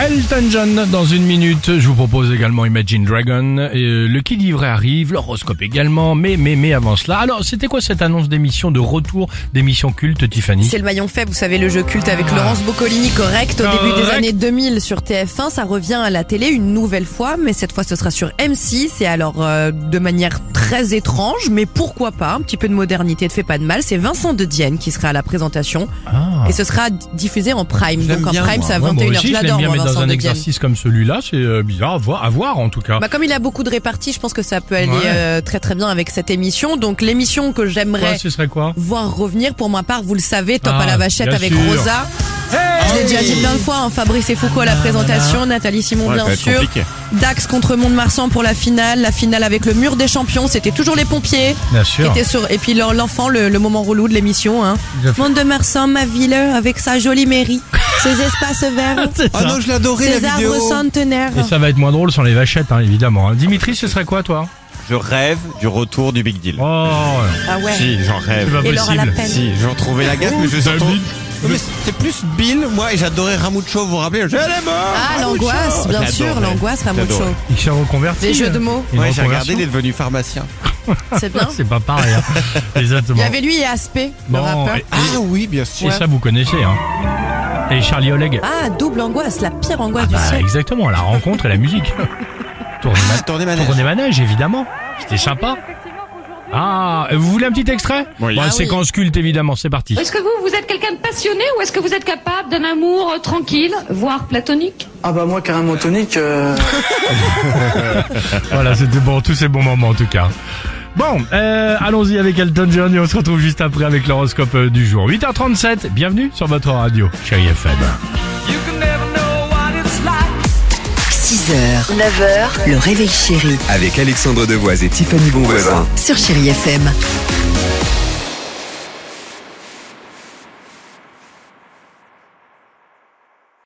Elton John dans une minute. Je vous propose également Imagine Dragon. Euh, le qui livret arrive, l'horoscope également. Mais mais mais avant cela, alors c'était quoi cette annonce d'émission de retour d'émission culte, Tiffany C'est le maillon faible, vous savez, le jeu culte avec Laurence Boccolini, correct, au début des Correct. années 2000 sur TF1. Ça revient à la télé une nouvelle fois, mais cette fois ce sera sur M6 et alors euh, de manière très étrange, mais pourquoi pas, un petit peu de modernité ne fait pas de mal. C'est Vincent de Dienne qui sera à la présentation Ah. et ce sera d- diffusé en prime. J'aime Donc en bien, prime, moi. c'est à Ouais, moi 21h. aussi, Je je l'aime l'adore, bien moi, mettre dans Vincent un de Dienne. exercice comme celui-là. C'est euh, bizarre à voir, à voir en tout cas. Bah, comme il a beaucoup de réparties, je pense que ça peut aller Ouais. euh, très très bien avec cette émission. Donc l'émission que Quoi, j'aimerais ce serait quoi voir revenir, pour ma part, vous le savez, Top Ah, à la vachette bien avec sûr. Rosa. Je l'ai déjà dit plein de fois, hein, Fabrice et Foucault à Ah, la présentation, Nathalie Simon bien sûr, Dax contre Mont-de-Marsan pour la finale, la finale avec le mur des champions, c'était toujours les pompiers Bien qui sûr. étaient sur, et puis leur- l'enfant, le, le moment relou de l'émission. Hein. Bien fait. Mont-de-Marsan, ma ville, avec sa jolie mairie, ses espaces verts, Ah, C'est ça. Ah je l'adorais ses arbres centenaires. Et ça va être moins drôle sans les vachettes, hein, évidemment. hein. Dimitri, ce serait quoi, toi Je rêve du retour du Big Deal. Oh, Ah ouais. Si, j'en c'est rêve. pas Et Laura possible. Lappel. Si, j'ai retrouvé la gaffe, mais je David. sens. C'est plus Bill, moi, et j'adorais Ramucho, vous vous rappelez Je l'aime Ah, l'angoisse, bien sûr, l'angoisse, Ramucho. J'adorais. Il s'est reconverti. Des jeux de hein. mots, Il est Ouais, j'ai reconverti. regardé, il est devenu pharmacien. c'est bien. C'est pas pareil. hein. Exactement. Il y avait lui et Aspect, le Bon, rappeur. et- Ah oui, bien sûr. Et ça, vous connaissez, hein. Et Charlie Oleg. Ah, double angoisse, la pire angoisse du Bah, siècle. exactement, la rencontre et la musique. Tournez, ma- Ah, tournez manège. tournez manège, évidemment. C'était sympa. Ah, vous voulez un petit extrait Oui. Bon, Ah oui. séquence culte, évidemment, c'est parti. Est-ce que vous, vous êtes quelqu'un de passionné ou est-ce que vous êtes capable d'un amour euh, tranquille, voire platonique Ah bah moi carrément tonique. euh, Voilà, c'était bon, tous ces bons moments, en tout cas. Bon, euh, allons-y avec Elton John et on se retrouve juste après avec l'horoscope euh, du jour. 8h37, bienvenue sur votre radio, chérie FM. 6h, 9h, le réveil chéri Avec Alexandre Devoise et Tiffany Bonvoisin. sur Chéri FM.